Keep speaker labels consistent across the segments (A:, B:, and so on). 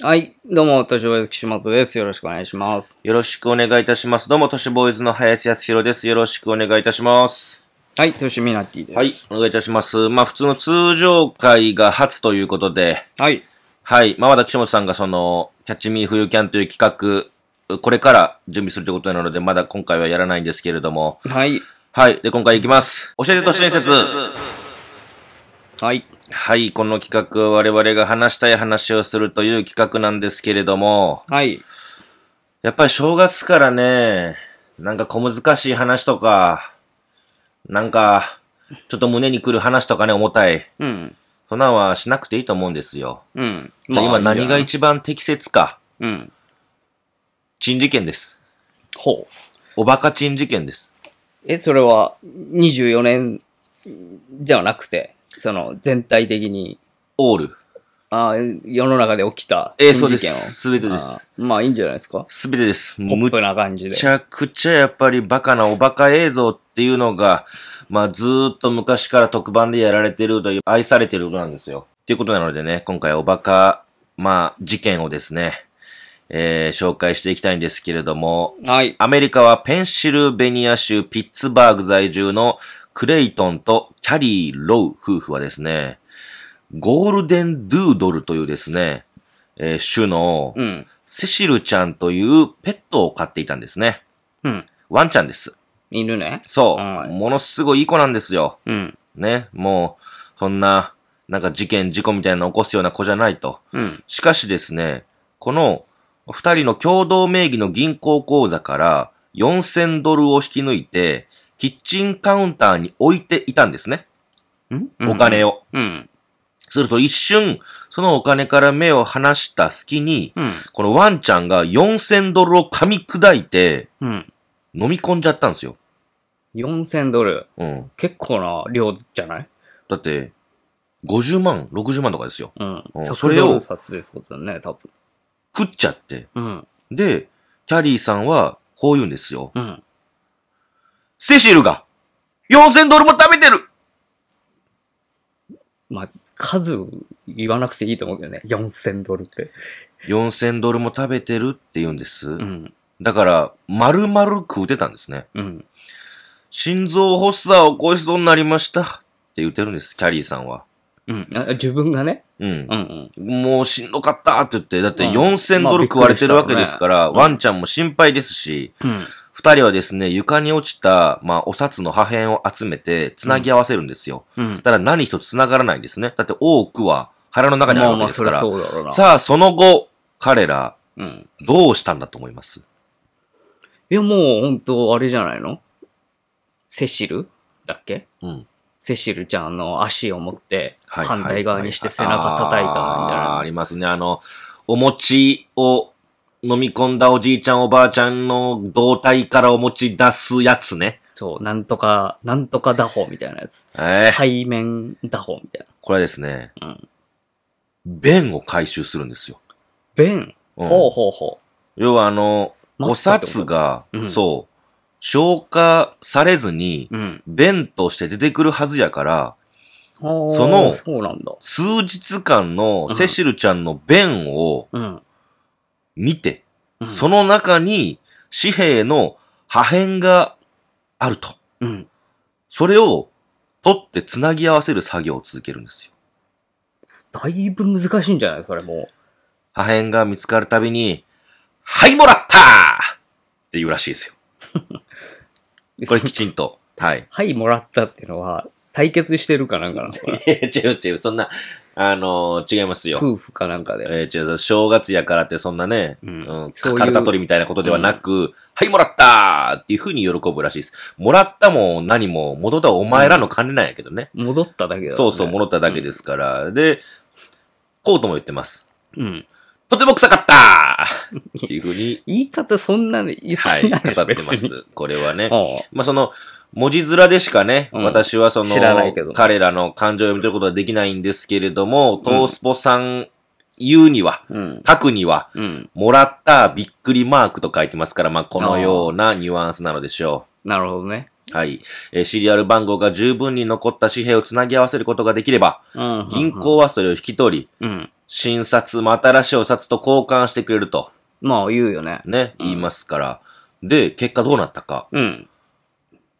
A: はい。どうも、都市ボーイズ岸本です。よろしくお願いします。
B: よろしくお願いいたします。どうも、都市ボーイズの林康弘です。よろしくお願いいたします。
A: はい。都市ミナティ
B: はい
A: です。、
B: お願いいたします。まあ、普通の通常会が初ということで、
A: はい。はい。
B: はい、まあ、まだ岸本さんがその、キャッチミー冬キャンという企画、これから準備するということなので、まだ今回はやらないんですけれども、
A: はい。
B: はい、で、今回いきます。教えて都市伝説
A: はい。
B: はい、この企画は我々が話したい話をするという企画なんですけれども、
A: はい。
B: やっぱり正月からね、なんか小難しい話とか、なんか、ちょっと胸にくる話とかね、重たい。
A: うん。
B: そんなんはしなくていいと思うんですよ。
A: うん。
B: じゃあ今何が
A: いいん
B: 一番適切か。
A: じゃないうん。
B: 珍事件です。
A: ほう。
B: おバカ珍事件です。
A: え、それは、24年じゃなくて、その、全体的に、
B: オール。
A: ああ、世の中で起きた、
B: えーそうで
A: 事件を
B: す全てです
A: あーまあ、いいんじゃないですか
B: すべてです。
A: ポ
B: む
A: ップ
B: っ
A: な感じで。
B: ちゃくちゃやっぱりバカなおバカ映像っていうのが、まあずーっと昔から特番でやられてるという、愛されてることなんですよ。っていうことなのでね、今回おバカ、まあ事件をですね、えー紹介していきたいんですけれども、
A: はい。
B: アメリカはペンシルベニア州ピッツバーグ在住のクレイトンとキャリー・ロウ夫婦はですね、ゴールデン・ドゥードルというですね、えー種の
A: うん。
B: セシルちゃんというペットを飼っていたんですね。
A: うん。
B: ワンちゃんです。
A: 犬ね。
B: そう。
A: はい
B: ものすごいいい子なんですよ。
A: うん。
B: ね。もう、そんな、なんか事件、事故みたいなの起こすような子じゃないと。
A: うん。
B: しかしですね、この二人の共同名義の銀行口座から4000ドルを引き抜いて、キッチンカウンターに置いていたんですね。
A: ん
B: お。金を。
A: うん。
B: すると一瞬、そのお金から目を離した隙に、
A: うん。
B: このワンちゃんが4000ドルを噛み砕いて
A: うん。
B: 飲み込んじゃったんですよ。
A: 4000ドル。
B: うん。
A: 結構な量じゃない
B: だって、50万、60万とかですよ。
A: うん
B: うん。
A: 100
B: それを
A: ドル札ですことだね、多分。
B: 食っちゃって。
A: うん。
B: で、キャリーさんは、こう言うんですよ。
A: うん。
B: セシルが、4000ドルも食べてる
A: まあ、数言わなくていいと思うけどね。4000ドルって。
B: 4000ドルも食べてるって言うんです。
A: うん。
B: だから、丸々食うてたんですね。
A: うん。
B: 心臓発作を起こしそうになりました。って言ってるんです、キャリーさんは。
A: うん。あ自分がね。
B: うん
A: う。ん
B: もうしんどかったって言って、だって
A: うん
B: 4000
A: まあ
B: ドル食われてるわけですから、
A: びっくりしたね
B: ワンちゃんも心配ですし、
A: うん。うん。
B: 二人はですね、床に落ちた、まあ、お札の破片を集めて、繋ぎ合わせるんですよ。
A: うん。
B: ただ何一つ繋がらないんですね。だって多くは腹の中にあるわけです
A: そ
B: か
A: り
B: ら。
A: ゃそうだろうな。
B: さあ、その後、彼ら、
A: うん。
B: どうしたんだと思います
A: いや、もう本当あれじゃないのセシルだっけ
B: うん。
A: セシルちゃんの足を持って、
B: はい
A: 反対側にして背中叩いたんじ
B: あーあ
A: ゃ
B: りますね。あの、お餅を飲み込んだおじいちゃんおばあちゃんの胴体からお餅出すやつね。
A: ないそう、なんとか、なんとか打法みたいなやつ。
B: えー
A: 背面打法みたいな。
B: これはですね、
A: うん
B: 便を回収するんですよ。
A: 弁、
B: うん
A: ほうほうほ
B: 要はあの、
A: 待
B: お
A: ったってこと
B: 札が、
A: うん
B: そう、消化されずに、
A: う。うん。
B: 便として出てくるはずやから、
A: そ
B: その
A: そうなんだ。
B: 数日間のセシルちゃんの便を
A: うん。
B: 見て、
A: うん
B: その中に紙幣の破片があると。
A: うん。
B: それを取って繋ぎ合わせる作業を続けるんですよ。
A: だいぶ難しいんじゃないそれも
B: 破片が見つかるたびに、はい、もらったって言うらしいですよ。
A: う。
B: これきちんと。はい。
A: はい、もらったっていうのは、対決してるかなんかなのかな
B: 違う違う、そんな、あのー違いますよ。
A: 夫婦かなんかで。
B: えー違う、正月やからってそんなね、
A: う
B: うんん、
A: そういう
B: 体取りみたいなことではなく、はい、もらったっていうふうに喜ぶらしいです。もらったも何も、元々はお前らの金なんやけどね。
A: 戻っただけだ、ね。
B: そうそう、戻っただけですから。で、こうとも言ってます。
A: うん。うん。、
B: とても臭かったっていうふうに
A: 言い方そんなに言っ
B: はい、
A: て
B: 語
A: な
B: っ
A: いで
B: て
A: しょ、
B: ま
A: 別に。
B: す。これはね。
A: おう
B: まあ、その、文字面でしかね、
A: うん
B: 私はそ
A: 知らないけど
B: の、彼らの感情を読み取ることはできないんですけれども、トースポさん言うには、
A: うん。
B: 書くには、
A: うん。
B: もらったびっくりマークと書いてますから、まあ、このようなニュアンスなのでしょう。
A: なるほどね。
B: はい。えーシリアル番号が十分に残った紙幣をつなぎ合わせることができれば、
A: うん。
B: 銀行はそれを引き取
A: う
B: り、
A: ん。
B: 新札、まあ、新しいお札と交換してくれると、
A: まあ言うよね。
B: ね、言いますから。で、結果どうなったか。
A: うん。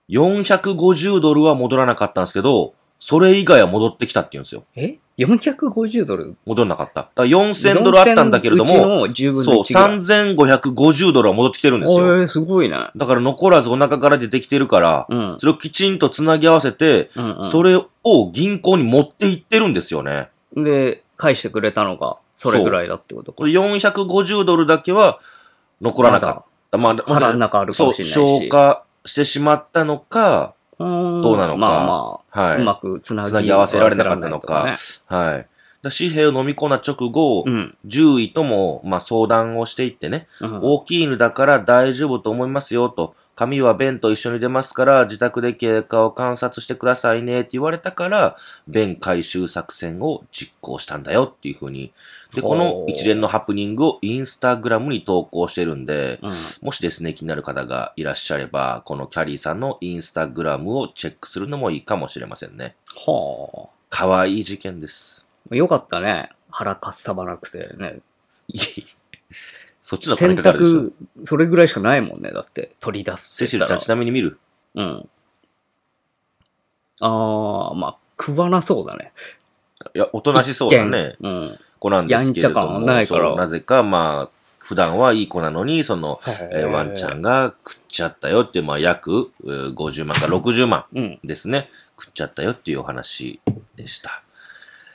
B: 450ドルは戻らなかったんですけど、それ以外は戻ってきたって言うんですよ。
A: え ?450 ドル
B: 戻んなかった。だから4000ドルあったんだけれども、
A: うちの10分の
B: そう、
A: 1ぐらい
B: 3550ドルは戻ってきてるんですよ。
A: おーすごいね。
B: だから残らずお腹から出てきてるから、
A: うん。
B: それをきちんと繋ぎ合わせて、
A: うん、うん。
B: それを銀行に持って行ってるんですよね。
A: で、返してくれたのが、それぐらいだってことか
B: これ450ドルだけは残らなかった。まあ、ま
A: 腹の中あるか
B: そ
A: も
B: う、
A: しれないし。
B: 消化してしまったのか、
A: ど
B: どうなのか
A: まあまあ、。
B: はいう
A: まくつな
B: つなぎ合わせられなかったのかはい。だ紙幣を飲み込んだ直後、
A: うん。
B: 獣医とも、まあ、相談をしていってね、
A: うん。
B: 大きい犬だから大丈夫と思いますよと、髪は便と一緒に出ますから、自宅で経過を観察してくださいねって言われたから、便回収作戦を実行したんだよっていうふうに。で、この
A: ほう
B: 一連のハプニングをインスタグラムに投稿してるんで、
A: うん
B: もしですね、気になる方がいらっしゃれば、このキャリーさんのインスタグラムをチェックするのもいいかもしれませんね。
A: は
B: 可愛い事件です。
A: あ。よかったね。腹かっさばなくてね。
B: いえそっちの金
A: 選
B: かかるでしょ。
A: 択、それぐらいしかないもんね。だって、取り出す
B: セ
A: って
B: シ
A: 言
B: ル
A: った
B: ちゃ
A: ら
B: んちなみに見る
A: うん。ああ、まあ、食わなそうだね。
B: いや、おとなしそうだね。
A: 一見うん。
B: 子なんですけれども。
A: やんちゃ感はないから
B: そうなぜか、まあ、普段はいい子なのに、その、えーワンちゃんが食っちゃったよっていう、まあ、約えー50万か60万
A: うん。
B: ですね。食っちゃったよっていうお話でした。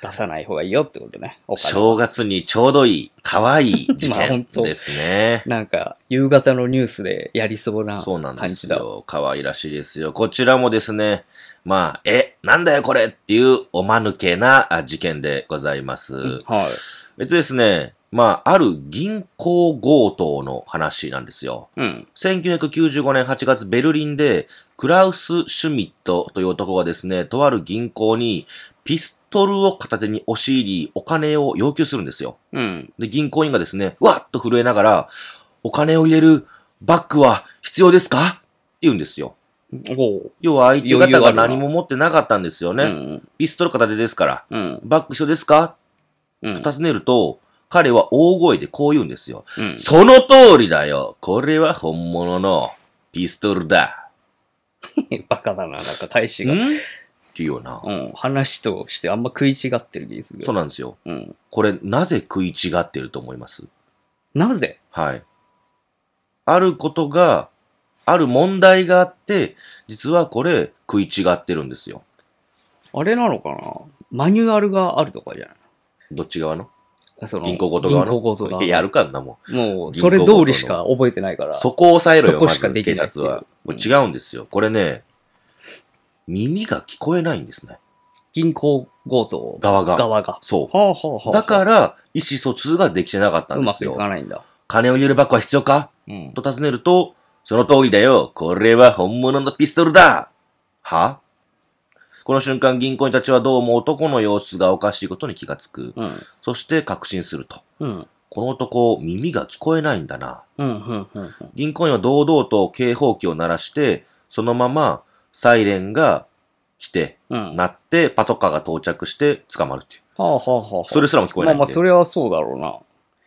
A: 出さない方がいいよってことね。お金
B: 正月にちょうどいい、可愛い 事
A: まあ本
B: 件
A: 当
B: ですね。
A: なんか、夕方のニュースでやりそうな
B: そうなんで
A: 感
B: す
A: じだ。
B: よ。可愛らしいですよ。こちらもですね、まあ、え、なんだよこれっていうおまぬけなあ事件でございます。
A: はい。
B: えっとですね、まあ、ある銀行強盗の話なんですよ。
A: うん。
B: 1995年8月ベルリンで、クラウス・シュミットという男がですね、とある銀行にピストルを片手に押し入り、お金を要求するんですよ。
A: うん。
B: で、銀行員がですね、わっと震えながら、お金を入れるバッグは必要ですかって言うんですよ。
A: おう。
B: 要は相手方
A: 余裕あ
B: が
A: るな
B: 何も持ってなかったんですよね。
A: うん。
B: ピストル片手ですから。
A: うん。
B: バッグ必要ですか
A: うん。
B: 尋ねると、彼は大声でこう言うんですよ。
A: うん
B: その通りだよこれは本物のピストルだ
A: バカだな、なんか大使
B: ん
A: が。
B: っていうような。
A: うん。話としてあんま食い違ってる気がする。
B: そうなんですよ。
A: うん。
B: これ、なぜ食い違ってると思います
A: なぜ
B: はい。あることが、ある問題があって、実はこれ食い違ってるんですよ。
A: あれなのかなマニュアルがあるとかじゃない
B: どっち側の
A: その
B: 銀行ごと側の
A: 銀行ごと側
B: いややるかんなも
A: もう、それ通りしか覚えてないか
B: う。
A: ら。
B: そこを抑えろよ、
A: そこしか
B: まず
A: できない
B: 警察は。
A: う
B: こ
A: ん
B: れ違うんですよ。これね、耳が聞こえないんですね。
A: 銀行強盗
B: 側が。
A: 側が。
B: そ
A: はあはあはあ。
B: う。だから、意思疎通ができてなかった
A: うん
B: で
A: ますくい
B: よ。
A: かないんだ。
B: 金を入れるバッグは必要か
A: うん。
B: と尋ねると、その通りだよ。これは本物のピストルだはこの瞬間、銀行員たちはどうも男の様子がおかしいことに気がつく。
A: うん。
B: そして確信すると。
A: うん。
B: この男、耳が聞こえないんだな。
A: うん。うん。うん。
B: 銀行員は堂々と警報器を鳴らして、そのままサイレンが来て、
A: うん。は
B: 鳴って、パトカーが到着して捕まるっていう。
A: あはあはあ。
B: それすらも聞こえ
A: ま
B: な
A: あ
B: いん
A: ま
B: で。
A: あ、それはそうだろうな。
B: っ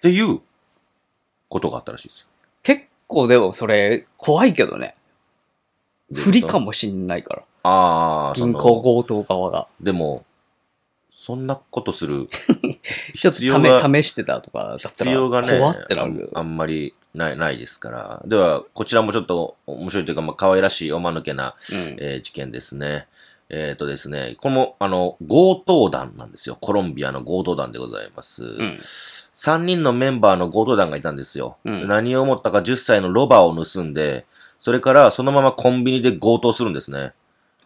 B: ていうことがあったらしいですよ。
A: 結構でもそれ、怖いけどね。不利かもしんないから。
B: ああ、その
A: 銀行強盗側が。
B: でも、そんなこと する
A: ちょっと
B: 必要が
A: 試試してたとかだった
B: 必
A: ら、
B: 要がね、
A: 怖ってなるよ
B: あんあんまりないないですから。では、こちらもちょっと面白いというか、まあ、可愛らしいおまぬけな、
A: うん
B: えー事件ですね。えっ、とですね、この、あの、強盗団なんですよ。コロンビアの強盗団でございます。
A: うん。
B: 3人のメンバーの強盗団がいたんですよ。
A: うん
B: 何を思ったか10歳のロバを盗んで、それからそのままコンビニで強盗するんですね。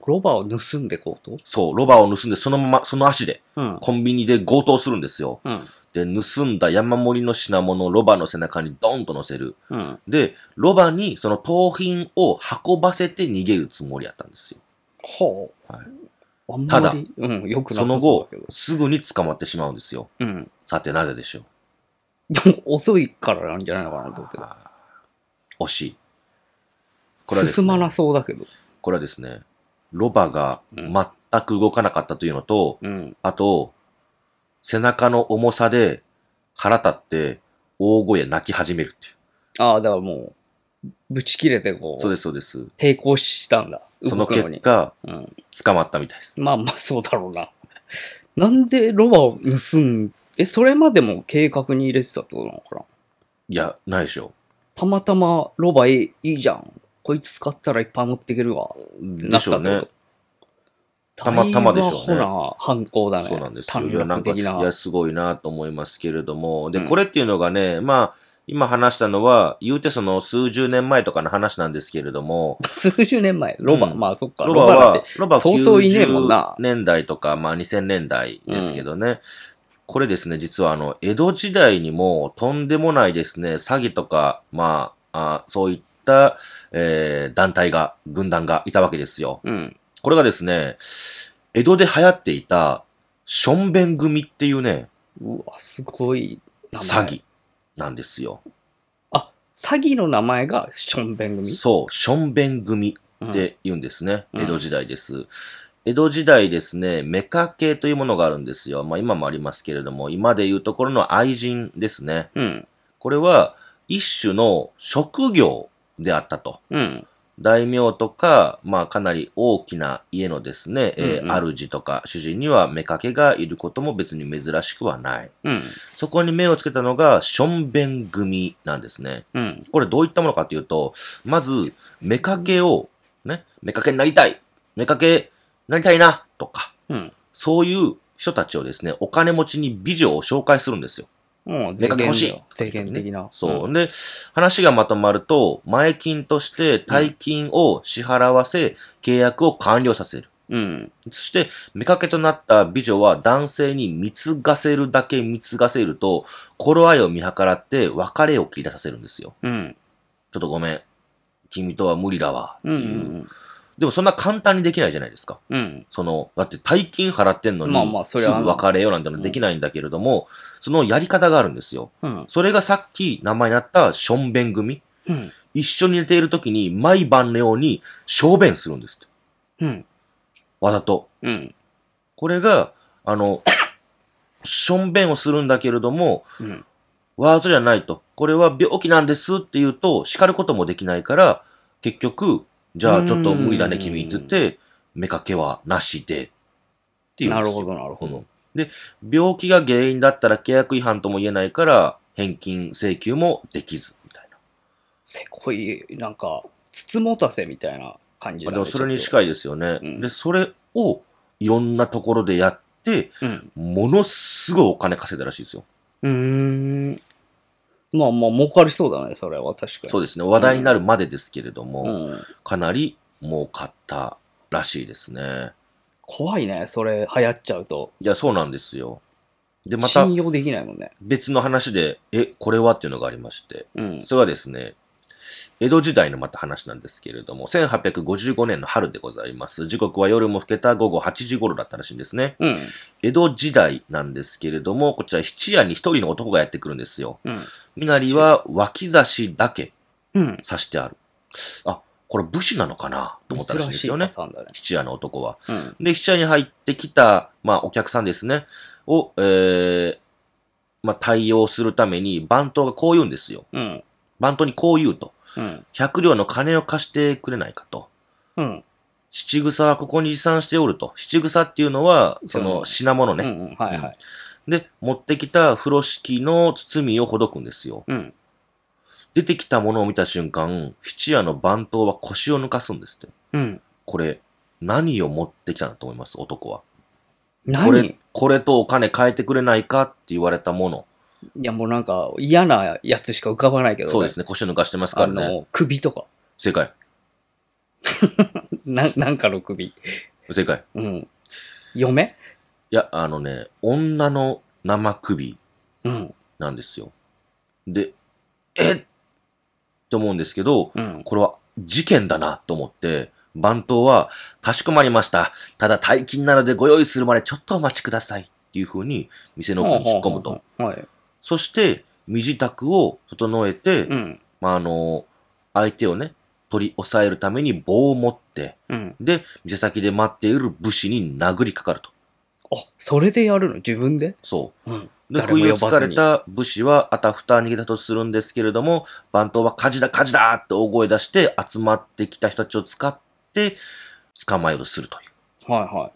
A: ロバを盗んで強盗
B: そう、ロバを盗んでそのまま、その足で
A: うん。
B: コンビニで強盗するんですよ。
A: うん。
B: で、盗んだ山盛りの品物をロバの背中にドンと乗せる。
A: うん。
B: で、ロバにその盗品を運ばせて逃げるつもりやったんですよ。
A: ほう。
B: はい
A: あん
B: ただ
A: まり、うん、よくな
B: そ
A: さ
B: の
A: そう
B: 後
A: だけど、。
B: すぐに捕まってしまうんですよ。
A: うん。
B: さて、なぜでしょう
A: でも遅いからなんじゃないのかなと思って
B: あー惜しい。これはですね
A: 進まなそうだけど。
B: これはですね、ロバが全く動かなかったというのと、
A: うん。
B: あと、背中の重さで腹立って大声泣き始めるっていう。
A: ああ、だからもう、ぶち切れてこ
B: そう
A: う、
B: です、そうです。
A: 抵抗したんだ。
B: そ
A: 動
B: の
A: くの
B: 結
A: に。
B: 果、
A: うん。
B: 捕まったみたいです。
A: まあまあ、そうだろうな。なんでロバを盗ん、え、それまでも計画に入れてたってことなのかない
B: や、ないでしょ。
A: たまたまロバいいいいじゃん。こいつ使ったらいっぱい持っていけるわ。な
B: で
A: っ
B: しょ
A: た
B: う
A: ってこ
B: ね
A: と。。
B: たまたまでしょうね
A: だいぶアホな犯行だね。
B: そうなんですよ。
A: 短
B: いや、な
A: 絡
B: んか、い
A: 的な。
B: や、すごいなと思いますけれども。で、
A: うん
B: これっていうのがね、まあ、今話したのは、言うてその数十年前とかの話なんですけれども、
A: 数十年前。ロバ、
B: うん
A: まあそっか。
B: ロ
A: ロ
B: バ
A: バなん
B: は
A: て、
B: ロバは
A: そうそういねえもん
B: 90
A: な
B: 年代とか、まあ2000年代ですけどね。これですね、実はあの、江戸時代にもとんでもないですね、詐欺とか、まあ、あそういった、えー団体が、軍団がいたわけですよ。
A: うん。
B: これがですね、江戸で流行っていた、ションベン組っていうね、
A: うわ、すごい名前。
B: 詐欺なんですよ。
A: あ、詐欺の名前がションベン組。
B: そう、ションベン組
A: うん
B: って言うんですね。
A: うん
B: 江戸時代です。江戸時代ですね、メカ系というものがあるんですよ。まあ今もありますけれども、今でいうところの愛人ですね。
A: うん。
B: これは一種の職業であったと。
A: うん。
B: 大名とか、まあかなり大きな家のですね、えー
A: うんうん
B: 主とか主人にはメカけがいることも別に珍しくはない。
A: うん。
B: そこに目をつけたのが、ションベン組なんですね。
A: うん。
B: これどういったものかというと、まず、目かけを、ね、目かけになりたい、目かけなりたいな、とか、
A: うん。
B: そういう人たちをですね、お金持ちに美女を紹介するんですよ。
A: もう、
B: 目
A: 税
B: かけ
A: 源
B: 欲
A: だ
B: しい
A: よ。税源的な。
B: そう。で、話がまとまると、前金として大金を支払わせ、契約を完了させる。
A: うん。うん。
B: そして、目かけとなった美女は男性に貢がせるだけ貢がせると、頃合いを見計らって別れを切り出させるんですよ。
A: うん。
B: ちょっとごめん。君とは無理だわ。って
A: う
B: い
A: ん。う
B: う。
A: ん
B: でもそんな簡単にできないじゃないですか。
A: うん。
B: その、だって大金払ってんのに、
A: まあまあそれ
B: す
A: は
B: ぐ別れようなんてのはできないんだけれども、そのやり方があるんですよ。
A: うん。
B: それがさっき名前になったションベン組。
A: うん。
B: 一緒に寝ている時に毎晩のように小便するんですって。
A: うん。
B: わざと。
A: うん。
B: これが、あの、ションベンをするんだけれども、
A: うん。
B: わざとじゃないと。これは病気なんですって言うと、叱ることもできないから、結局、じゃあちょっと無理だね
A: うん
B: 君って言って、目かけはなしで。っていうんですよ
A: なるほど、なるほ
B: こ
A: ど
B: の。で、病気が原因だったら契約違反とも言えないから、返金請求もできず、みたいな。
A: せこい、なんか、つつもたせみたいな感じ
B: ま
A: だ
B: あ、
A: ね
B: でもそれに
A: ちょ
B: 近いですよね。
A: うん
B: で、それをいろんなところでやって、
A: っとうん。
B: ものすごいお金稼いだらしいですよ。
A: うーん。まあまあ、儲かりそうだね、それは確かに。
B: そう
A: う
B: ですね。話題になるまでですけれども、
A: うん。
B: かなり儲かったらしいですね。
A: 怖いね、それ流行っちゃうと。
B: いや、そうなんですよ。で、また
A: 信用できないもんね。
B: 別の話で、え、これはっていうのがありまして、
A: うん。
B: それはですね、江戸時代のまた話なんですけれども、1855年の春でございます。時刻は夜も更けた午後8時頃だったらしいんですね。
A: うん。
B: 江戸時代なんですけれども、こちら七夜に一人の男がやってくるんですよ。
A: うん。
B: 身なりは脇差しだけ
A: うん。
B: 刺してある。あ、これ武士なのかなと思ったらしいんですよね
A: 珍。パターンだね。
B: 七夜の男は。
A: うん。
B: で、七夜に入ってきた、まあ、お客さんですね、を、えー、まあ、対応するために、番頭がこう言うんですよ。
A: うん。
B: 番頭にこう言うと。
A: うん。
B: 100両の金を貸してくれないかと。
A: うん。
B: 七草はここに持参しておると。七草っていうのは、その品物
A: う
B: ね。
A: んうん。はいはい。
B: で、持ってきた風呂敷の包みをほどくんですよ。
A: うん。
B: 出てきたものを見た瞬間、七夜の番頭は腰を抜かすんですって。
A: うん。
B: これ、何を持ってきたんだと思います、男は。こ
A: 何
B: れ
A: い、
B: これとお金変えてくれないかって言われたもの。
A: やもうなんか嫌なやつしか浮かばないけどね。
B: そうですね、腰を抜かしてますか
A: あ
B: らね。
A: の、首とか。
B: 正解。
A: な、なんかの首。
B: 正解。
A: うん。嫁
B: いや、あのね、女の生首。
A: うん。
B: なんですよ。で、えっと思うんですけど、
A: うん。
B: これは事件だなと思って、番頭は、かしこまりました。ただ大金なのでご用意するまでちょっとお待ちください。っていう風に店の奥に引っ込むと。
A: はい。
B: そして、身支度を整えて、
A: うん。
B: まあ、あの、相手をね、取り押さえるために棒を持って、
A: うん。
B: で、店先で待っている武士に殴りかかると。
A: ああ、それでやるの自分で
B: そう。
A: うん。
B: で、
A: 誰も
B: 不意を
A: 呼
B: つ
A: ば
B: か
A: ず
B: れ
A: に。
B: た武士はあたふた逃げたとするんですけれども、番頭は火事だ火事だって大声出して集まってきた人たちを使って捕まえようとするという
A: は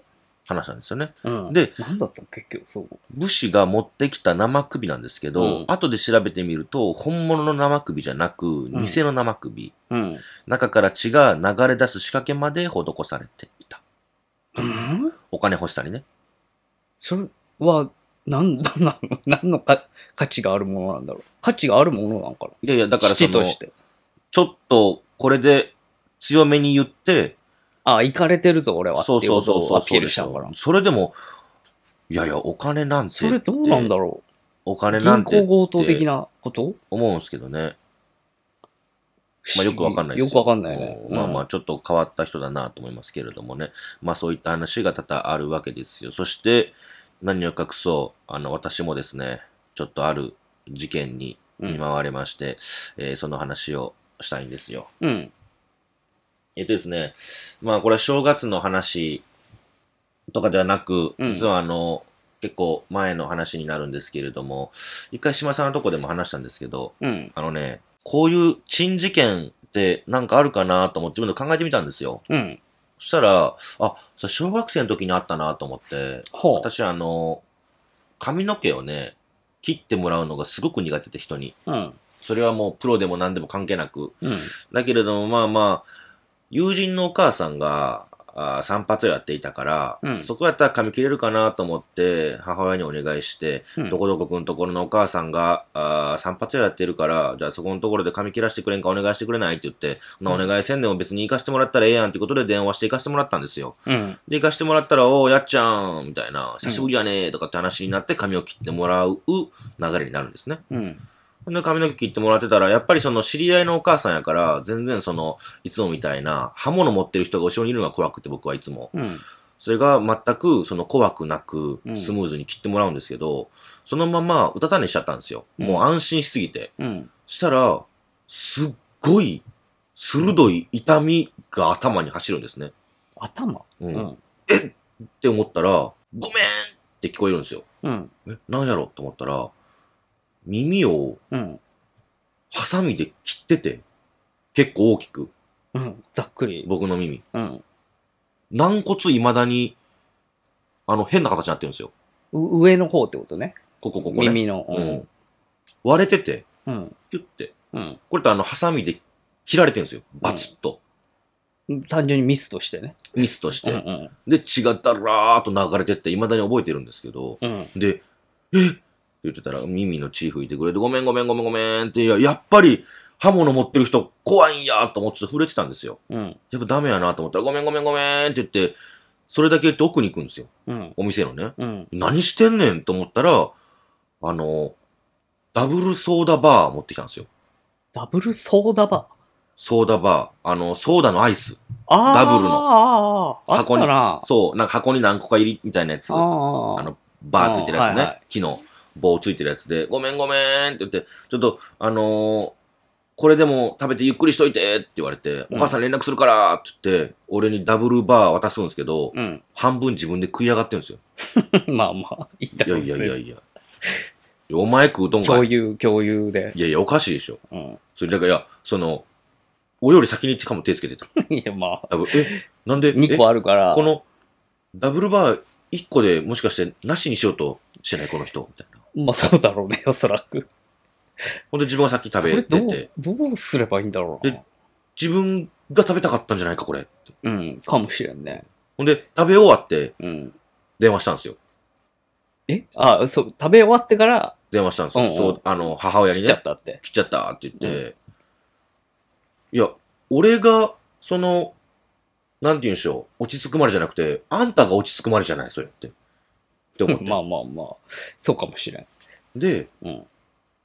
B: 話なんですよね。
A: いはい。うん。
B: で、
A: なんだったの結局、そう。
B: 武士が持ってきた生首なんですけど、
A: うん
B: 後で調べてみると、本物の生首じゃなく、
A: ん
B: 偽の生首、
A: うん。
B: 中から血が流れ出す仕掛けまで施されていた。
A: うん
B: お金欲しさにね。
A: それは、なんだなの 何のか価値があるものなんだろう価値があるものなんかない
B: やいや、だからそ
A: 父と
B: の、
A: して。
B: ちょっとこれで強めに言って、
A: あ、行かれてるぞ、俺は。
B: そうそう
A: ってい
B: そうそう
A: ことをアピールしたのかな。
B: それでも、いやいや、お金なんて。
A: それどうなんだろ
B: お
A: う
B: 金な
A: 銀
B: んて。
A: 行強盗的。なこと
B: 思うんですけどね。まあよくわかんないです
A: よくわかんないね。
B: うんまあま
A: う
B: あ、ちょっと変わった人だなと思いますけれどもね。まあそういった話が多々あるわけですよ。そして、何を隠そう、あの、私もですね、ちょっとある事件に見舞われまして、えーその話をしたいんですよ。
A: ん。うん。
B: えっとですね、まあこれは正月の話とかではなく、
A: うん
B: 実はあの、結構前の話になるんですけれども、一回島さんのとこでも話したんですけど、
A: うん。
B: あのね、こういう珍事件ってなんかあるかなと思って自分で考えてみたんですよ。
A: うん。
B: そしたら、あ、それ小学生の時にあったなと思って、
A: は
B: 私あの、髪の毛をね、切ってもらうのがすごく苦手で人に。
A: あ。うん。
B: それはもうプロでも何でも関係なく、
A: うん。
B: だけれども、まあまあ、友人のお母さんが、あー散髪をやっていたから、
A: うん
B: そこやったら髪切れるかなと思って、母親にお願いして、
A: うん
B: どこどこくんところのお母さんが、あー散髪をやってるから、じゃあそこのところで髪切らしてくれんかお願いしてくれないって言って、なお
A: うん
B: 願いせんでも別に行かしてもらったらええやんってことで電話して行かしてもらったんですよ。
A: うん。
B: で、行かしてもらったら、おー、やっちゃんみたいな、久しぶりやねーとかって話になって髪を切ってもらう流れになるんですね。
A: うん。
B: で、髪の毛切ってもらってたら、やっぱりその知り合いのお母さんやから、全然その、いつもみたいな、刃物持ってる人が後ろにいるのが怖くて僕はいつも。
A: うん。
B: それが全くその怖くなく
A: う、ん
B: スムーズに切ってもらうんですけど、そのままうたた寝しちゃったんですよ。
A: うん
B: もう安心しすぎて。
A: うん。
B: したら、すっごい、鋭い痛みが頭に走るんですね。
A: 頭
B: う。
A: うん
B: っ
A: ん。
B: て思ったら、ごめんって聞こえるんですよ。
A: うん。
B: え、なんやろと思ったら、耳を
A: うん。
B: ハサミで切ってて、結構大きく、
A: うん。ざっくり。
B: 僕の耳。
A: うん。
B: 軟骨未だに、あの、変な形になってるんですよ。
A: う上の方ってことね。
B: ここ、ここ、ね。
A: 耳の。
B: うん。割れてて、
A: うん。
B: キュッて。
A: うん。
B: これってあの、ハサミで切られてるんですよ。バツッと。
A: うん。単純にミスとしてね。
B: ミスとし
A: うん
B: て。で、血がだらーっと流れてって、未だに覚えてるんですけど。
A: うん。うん。
B: で、えって言ってたら、耳の血拭いてくれて、ごめんごめんごめんごめんって、いや、やっぱり、刃物持ってる人怖いんやと思って触れてたんですよ。
A: うん。
B: やっぱダメやなと思ったら、ごめんごめんごめんって言って、それだけ言って奥に行くんですよ。
A: うん。
B: お店のね。
A: うん。
B: 何してんねんと思ったら、あの、ダブルソーダバー持ってきたんですよ。
A: ダブルソーダバー。
B: ソーダバー。あの、ソーダのアイス。
A: ああ。
B: ダブルの
A: の。あったな。
B: そう、なんか箱に何個か入りみたいなやつ。あ
A: ああ。
B: の、バーついてるや
A: あ
B: つ
A: ーはいは
B: ね。木の棒ついてるやつで、ごめんごめんって言って、ちょっと、あのーこれでも食べてゆっくりしといてって言われて、
A: う
B: お
A: ん
B: 母さん連絡するからって言って、俺にダブルバー渡すんですけど、
A: うん。
B: 半分自分で食い上がってるんですよ。
A: まあまあ。いいだ
B: い
A: ろ
B: や
A: う
B: いやいやいや。お前食うとんか
A: 共
B: い。
A: 有、共有で。
B: いやいや、おかしいでしょ。
A: うん。
B: それだから、いや、その、俺より先にしかも手つけてた。
A: いや、まあ。
B: 多分え、なんで、
A: 2個あるから。
B: えこの、ダブルバー1個でもしかして、なしにしようとしてない、この人、みたいな。
A: まあそうだろうね、おそらく。
B: ほんで自分は先に食べ
A: そ
B: て
A: れ
B: て、
A: どう、どうすればいいんだろうな。
B: 自分が食べたかったんじゃないか、これ。
A: うん、かもしれんね。
B: ほんで、食べ終わって
A: うん。
B: 電話したんですよ。
A: えあ、そう、食べ終わってから
B: 電話したんですよ。
A: うんうん
B: そう、あの、母親に
A: 切っちゃ
B: ね
A: っ、たって。
B: 切っちゃったって言って、いや、俺が、その、なんて言うんでしょう、落ち着くまでじゃなくて、あんたが落ち着くまでじゃない、それって。って思っ て。
A: まあまあまあ、そうかもしれん。
B: で、
A: うん。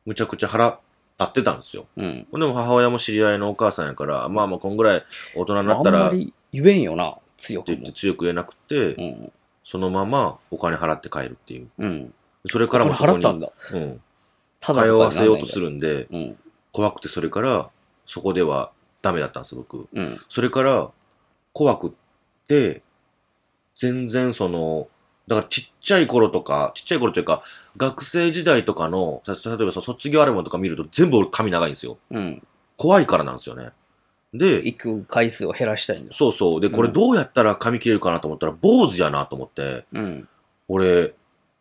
B: むちゃくちゃ腹立ってたんですよ。
A: うん。
B: でも母親も知り合いのお母さんやから、まあまあこんぐらい大人にな
A: あ
B: っ
A: ん
B: たら、
A: ま
B: って
A: り言えんよな、強く
B: 言って
A: も。
B: 強く言えなくて、
A: うん。
B: そのままお金払って帰るっていう。
A: うん。
B: それ
A: こ
B: から
A: れ
B: もそこ
A: 払っ
B: に、
A: たんだ。
B: うん、
A: ただと
B: 通
A: かに
B: わせよう
A: なんないん
B: と
A: だ
B: す。るんで、
A: うん。
B: 怖くてそれから、そこではダメだったんです、僕。
A: うん。
B: それから、怖くって、全然その、だからちっちゃい頃とか、ちっちゃい頃というか、学生時代とかの、た例えばその卒業アルバムとか見ると全部俺髪長いんですよ。
A: うん。
B: 怖いからなんですよね。で、
A: 行く回数を減らしたいんだ。
B: そうそう。で、これ
A: うん
B: どうやったら髪切れるかなと思ったら、坊主やなと思って、
A: うん。
B: 俺、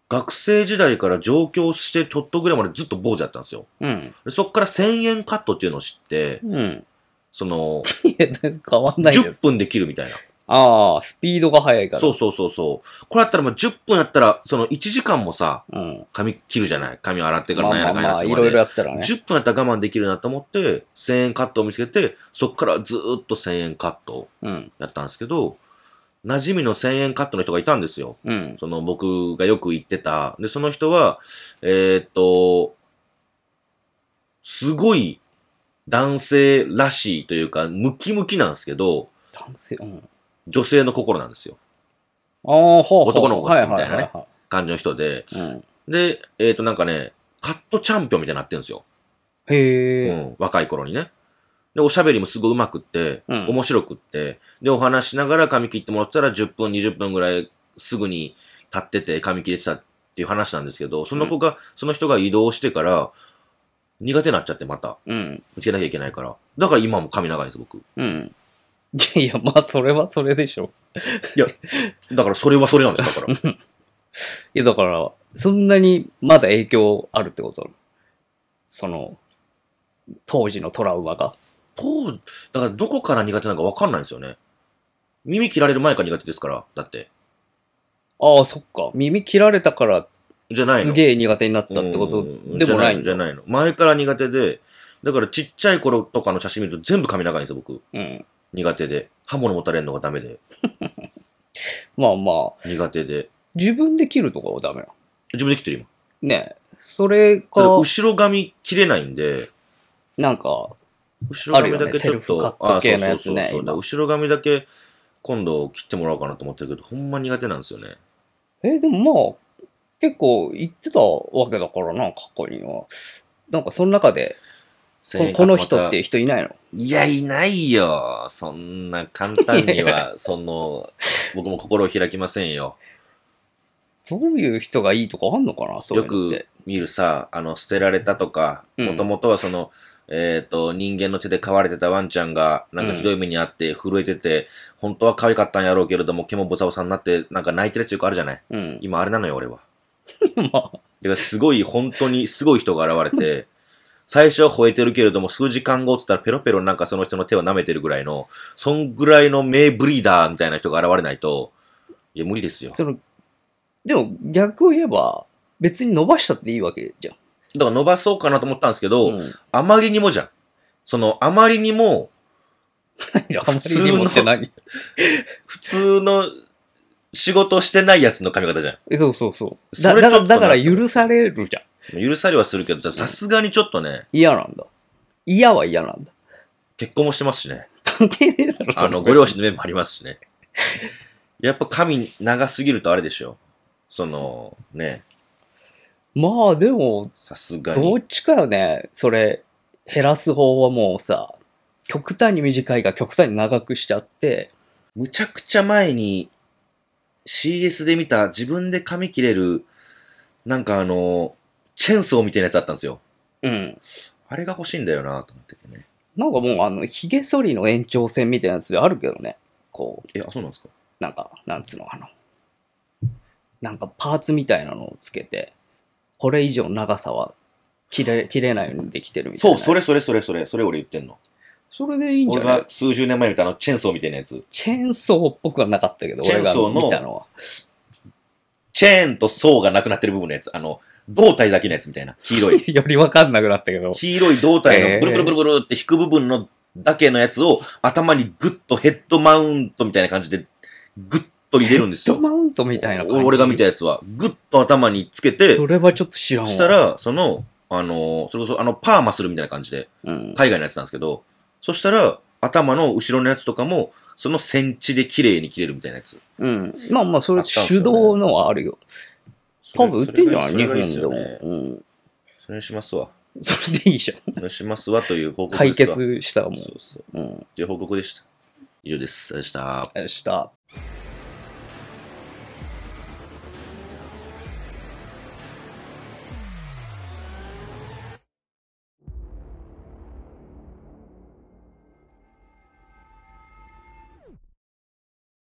B: 学生時代から上京してちょっとぐらいまでずっと坊主やったんですよ。
A: うん。
B: でそっから1000円カットっていうのを知って、
A: うん。
B: その、
A: いや、変わんないよ
B: 10。分で切るみたいな。
A: ああ、スピードが速いから。
B: そうそうそうそう。これやったら、まあ、10分やったら、その1時間もさ、
A: うん。
B: 髪切るじゃない髪洗ってか
A: ま
B: ら
A: あ
B: な
A: ま
B: んやら
A: あま
B: かんやら
A: あ、
B: す
A: い
B: るま
A: ろいろ
B: で。
A: やったらね。
B: 10分やったら我慢できるなと思って、1000円カットを見つけて、そっからずーっと1000円カット
A: うん。
B: やったんですけど、馴染みの1000円カットの人がいたんですよ。
A: うん。
B: その僕がよく行ってた。で、その人は、えーっと、すごい男性らしいというか、ムキムキなんですけど、
A: 男性、うん。
B: 女性の心なんですよ。
A: ああ、ほうほう。
B: 男の子が好きみたいなね
A: はは
B: 感じの人で。
A: いはいはい。うん。
B: で、えーっとなんかね、カットチャンピオンみたいになってるんですよ。
A: へ
B: う
A: え。
B: ん、若い頃にね。で、おしゃべりもすごい上手くって、
A: うん
B: 面白くって、で、お話しながら髪切ってもらったら10分、20分ぐらいすぐに立ってて髪切れてたっていう話なんですけど、その子が、その人が移動してから、苦手になっちゃってまた、
A: うん。
B: 見つけなきゃいけないから。だから今も髪長いんです、僕。
A: うん。いやいや、まあ、それはそれでしょ。
B: だからそれはそれなんです、だ から。
A: いや、だから、そんなにまだ影響あるってことその、当時のトラウマが。
B: 当時、だからどこから苦手なのかわかんないんですよね。耳切られる前から苦手ですから、だって。
A: ああ、そっか。耳切られたから、
B: じゃないの
A: すげえ苦手になったってこと
B: うん
A: でもないん
B: じ
A: だ
B: ゃ。ないの。前から苦手で、だからちっちゃい頃とかの写真見ると全部髪長いんですよ、僕。
A: うん。
B: 苦手で。刃物持たれるのがダメで。
A: まあまあ、
B: 苦手で。
A: 自分で切るとかはダメなの。
B: 自分で切ってる今。
A: ねえ。それ
B: ただ
A: か、
B: 後ろ髪切れないんで、
A: なんか、
B: 後ろ髪だけちょっ
A: あるよねセルフ
B: と、
A: カット系のやつね
B: あそうそうそうそう
A: 今
B: だ後ろ髪だけ今度切ってもらおうかなと思ってるけど、ほんま苦手なんですよね。
A: えーでもまあ、結構言ってたわけだからな、過去には。なんかその中で、ここの人っていう人いないの
B: いや、いないよ。そんな簡単 には、その、僕も心を開きませんよ。
A: どういう人がいいとかあんのかなそうい
B: よ
A: うのって
B: く。見るさ、あの、捨てられたとか、
A: うん
B: もともとはその、えっ、と、人間の手で飼われてたワンちゃんが、なんかひどい目にあって、震えてて、本当は可愛かったんやろうけれども、毛もボサボサになって、なんか泣いてるやつよくあるじゃない
A: うん。
B: 今あれなのよ、俺は。
A: まあ、
B: だからすごい、本当にすごい人が現れて、最初は吠えてるけれども、数時間後って言ったらペロペロなんかその人の手を舐めてるぐらいの、そんぐらいの名ブリーダーみたいな人が現れないと、いや、無理ですよ。
A: その、でも逆を言えば、別に伸ばしたっていいわけじゃん。
B: だから伸ばそうかなと思ったんですけど、
A: ん、
B: あまりにもじゃん。その、あまりにも、
A: あまりにもって何
B: 普通の仕事してないやつの髪型じゃん。
A: えそうそうそう。
B: そ
A: だ
B: れ
A: だ
B: ち
A: か
B: ょ
A: ら、
B: っとな
A: だから許されるじゃん。
B: 許されはするけど、さすがにちょっとね、
A: 嫌なんだ。嫌は嫌なんだ。
B: 結婚もしてますしね。
A: 関係ねえだろ、そ
B: あ
A: れ
B: の、ご両親の面もありますしね。 やっぱ髪長すぎるとあれでしょ。その、ね、
A: まあでも、
B: さすが
A: ど
B: に。
A: っちかよね、それ、減らす方はもうさ、極端に短いか極端に長くしちゃって、
B: むちゃくちゃ前に CS で見た自分で髪切れる、なんかあの、チェーンソーみたいなやつあったんですよ。
A: うん。
B: あれが欲しいんだよなと思っててね。
A: なんかもうあの、髭剃りの延長線みたいなやつであるけどね。こう、
B: え、あ、そうなんですか
A: なんか、なんつうのかな。なんかパーツみたいなのをつけて、これ以上長さは切れ、切れないようにできてるみたい
B: そ
A: な。
B: う、それそ
A: れ。
B: れそれそれ、それ俺言ってんの。
A: それでいいんじゃ
B: 俺
A: ない
B: が数十年前に見たあのチェーンソーみたいなやつ。
A: チェーンソーっぽくはなかったけど、
B: チェ
A: 俺
B: ーン
A: が
B: ソーの
A: 見たのは。
B: チェーンとソーがなくなってる部分のやつ。あの、胴体だけのやつみたいな。黄色い。
A: よりわかんなくなったけど。
B: 黄色い胴体
A: えー
B: のブルブルブルブルって引く部分のだけのやつを頭にグッとヘッドマウントみたいな感じでグッと入れるんです
A: ド
B: よ。
A: マウントみたいな感じ。
B: 俺が見たやつは、グッと頭につけて
A: そ、れはちょっと知らんわ。
B: した、ら、その、あのー、それこそあの、パーマするみたいな感じで、
A: うん。
B: 海外のやつなんですけど、そしたら、頭の後ろのやつとかも、そのセンチで綺麗に切れるみたいなやつ。
A: うん。まあまあ、それ
B: あったんす
A: 手
B: よね
A: 動のはあるよ。多分売ってんじゃない
B: そ
A: 日
B: れが
A: 本
B: いいっす
A: で
B: よ
A: も
B: ね。
A: うん。
B: それにしますわ。
A: それでいいじゃん。
B: それにしますわという報告ですわ。
A: 解決したもん
B: そうそう。
A: うん。
B: という報告でした。以上です。ありがとうございました。
A: した。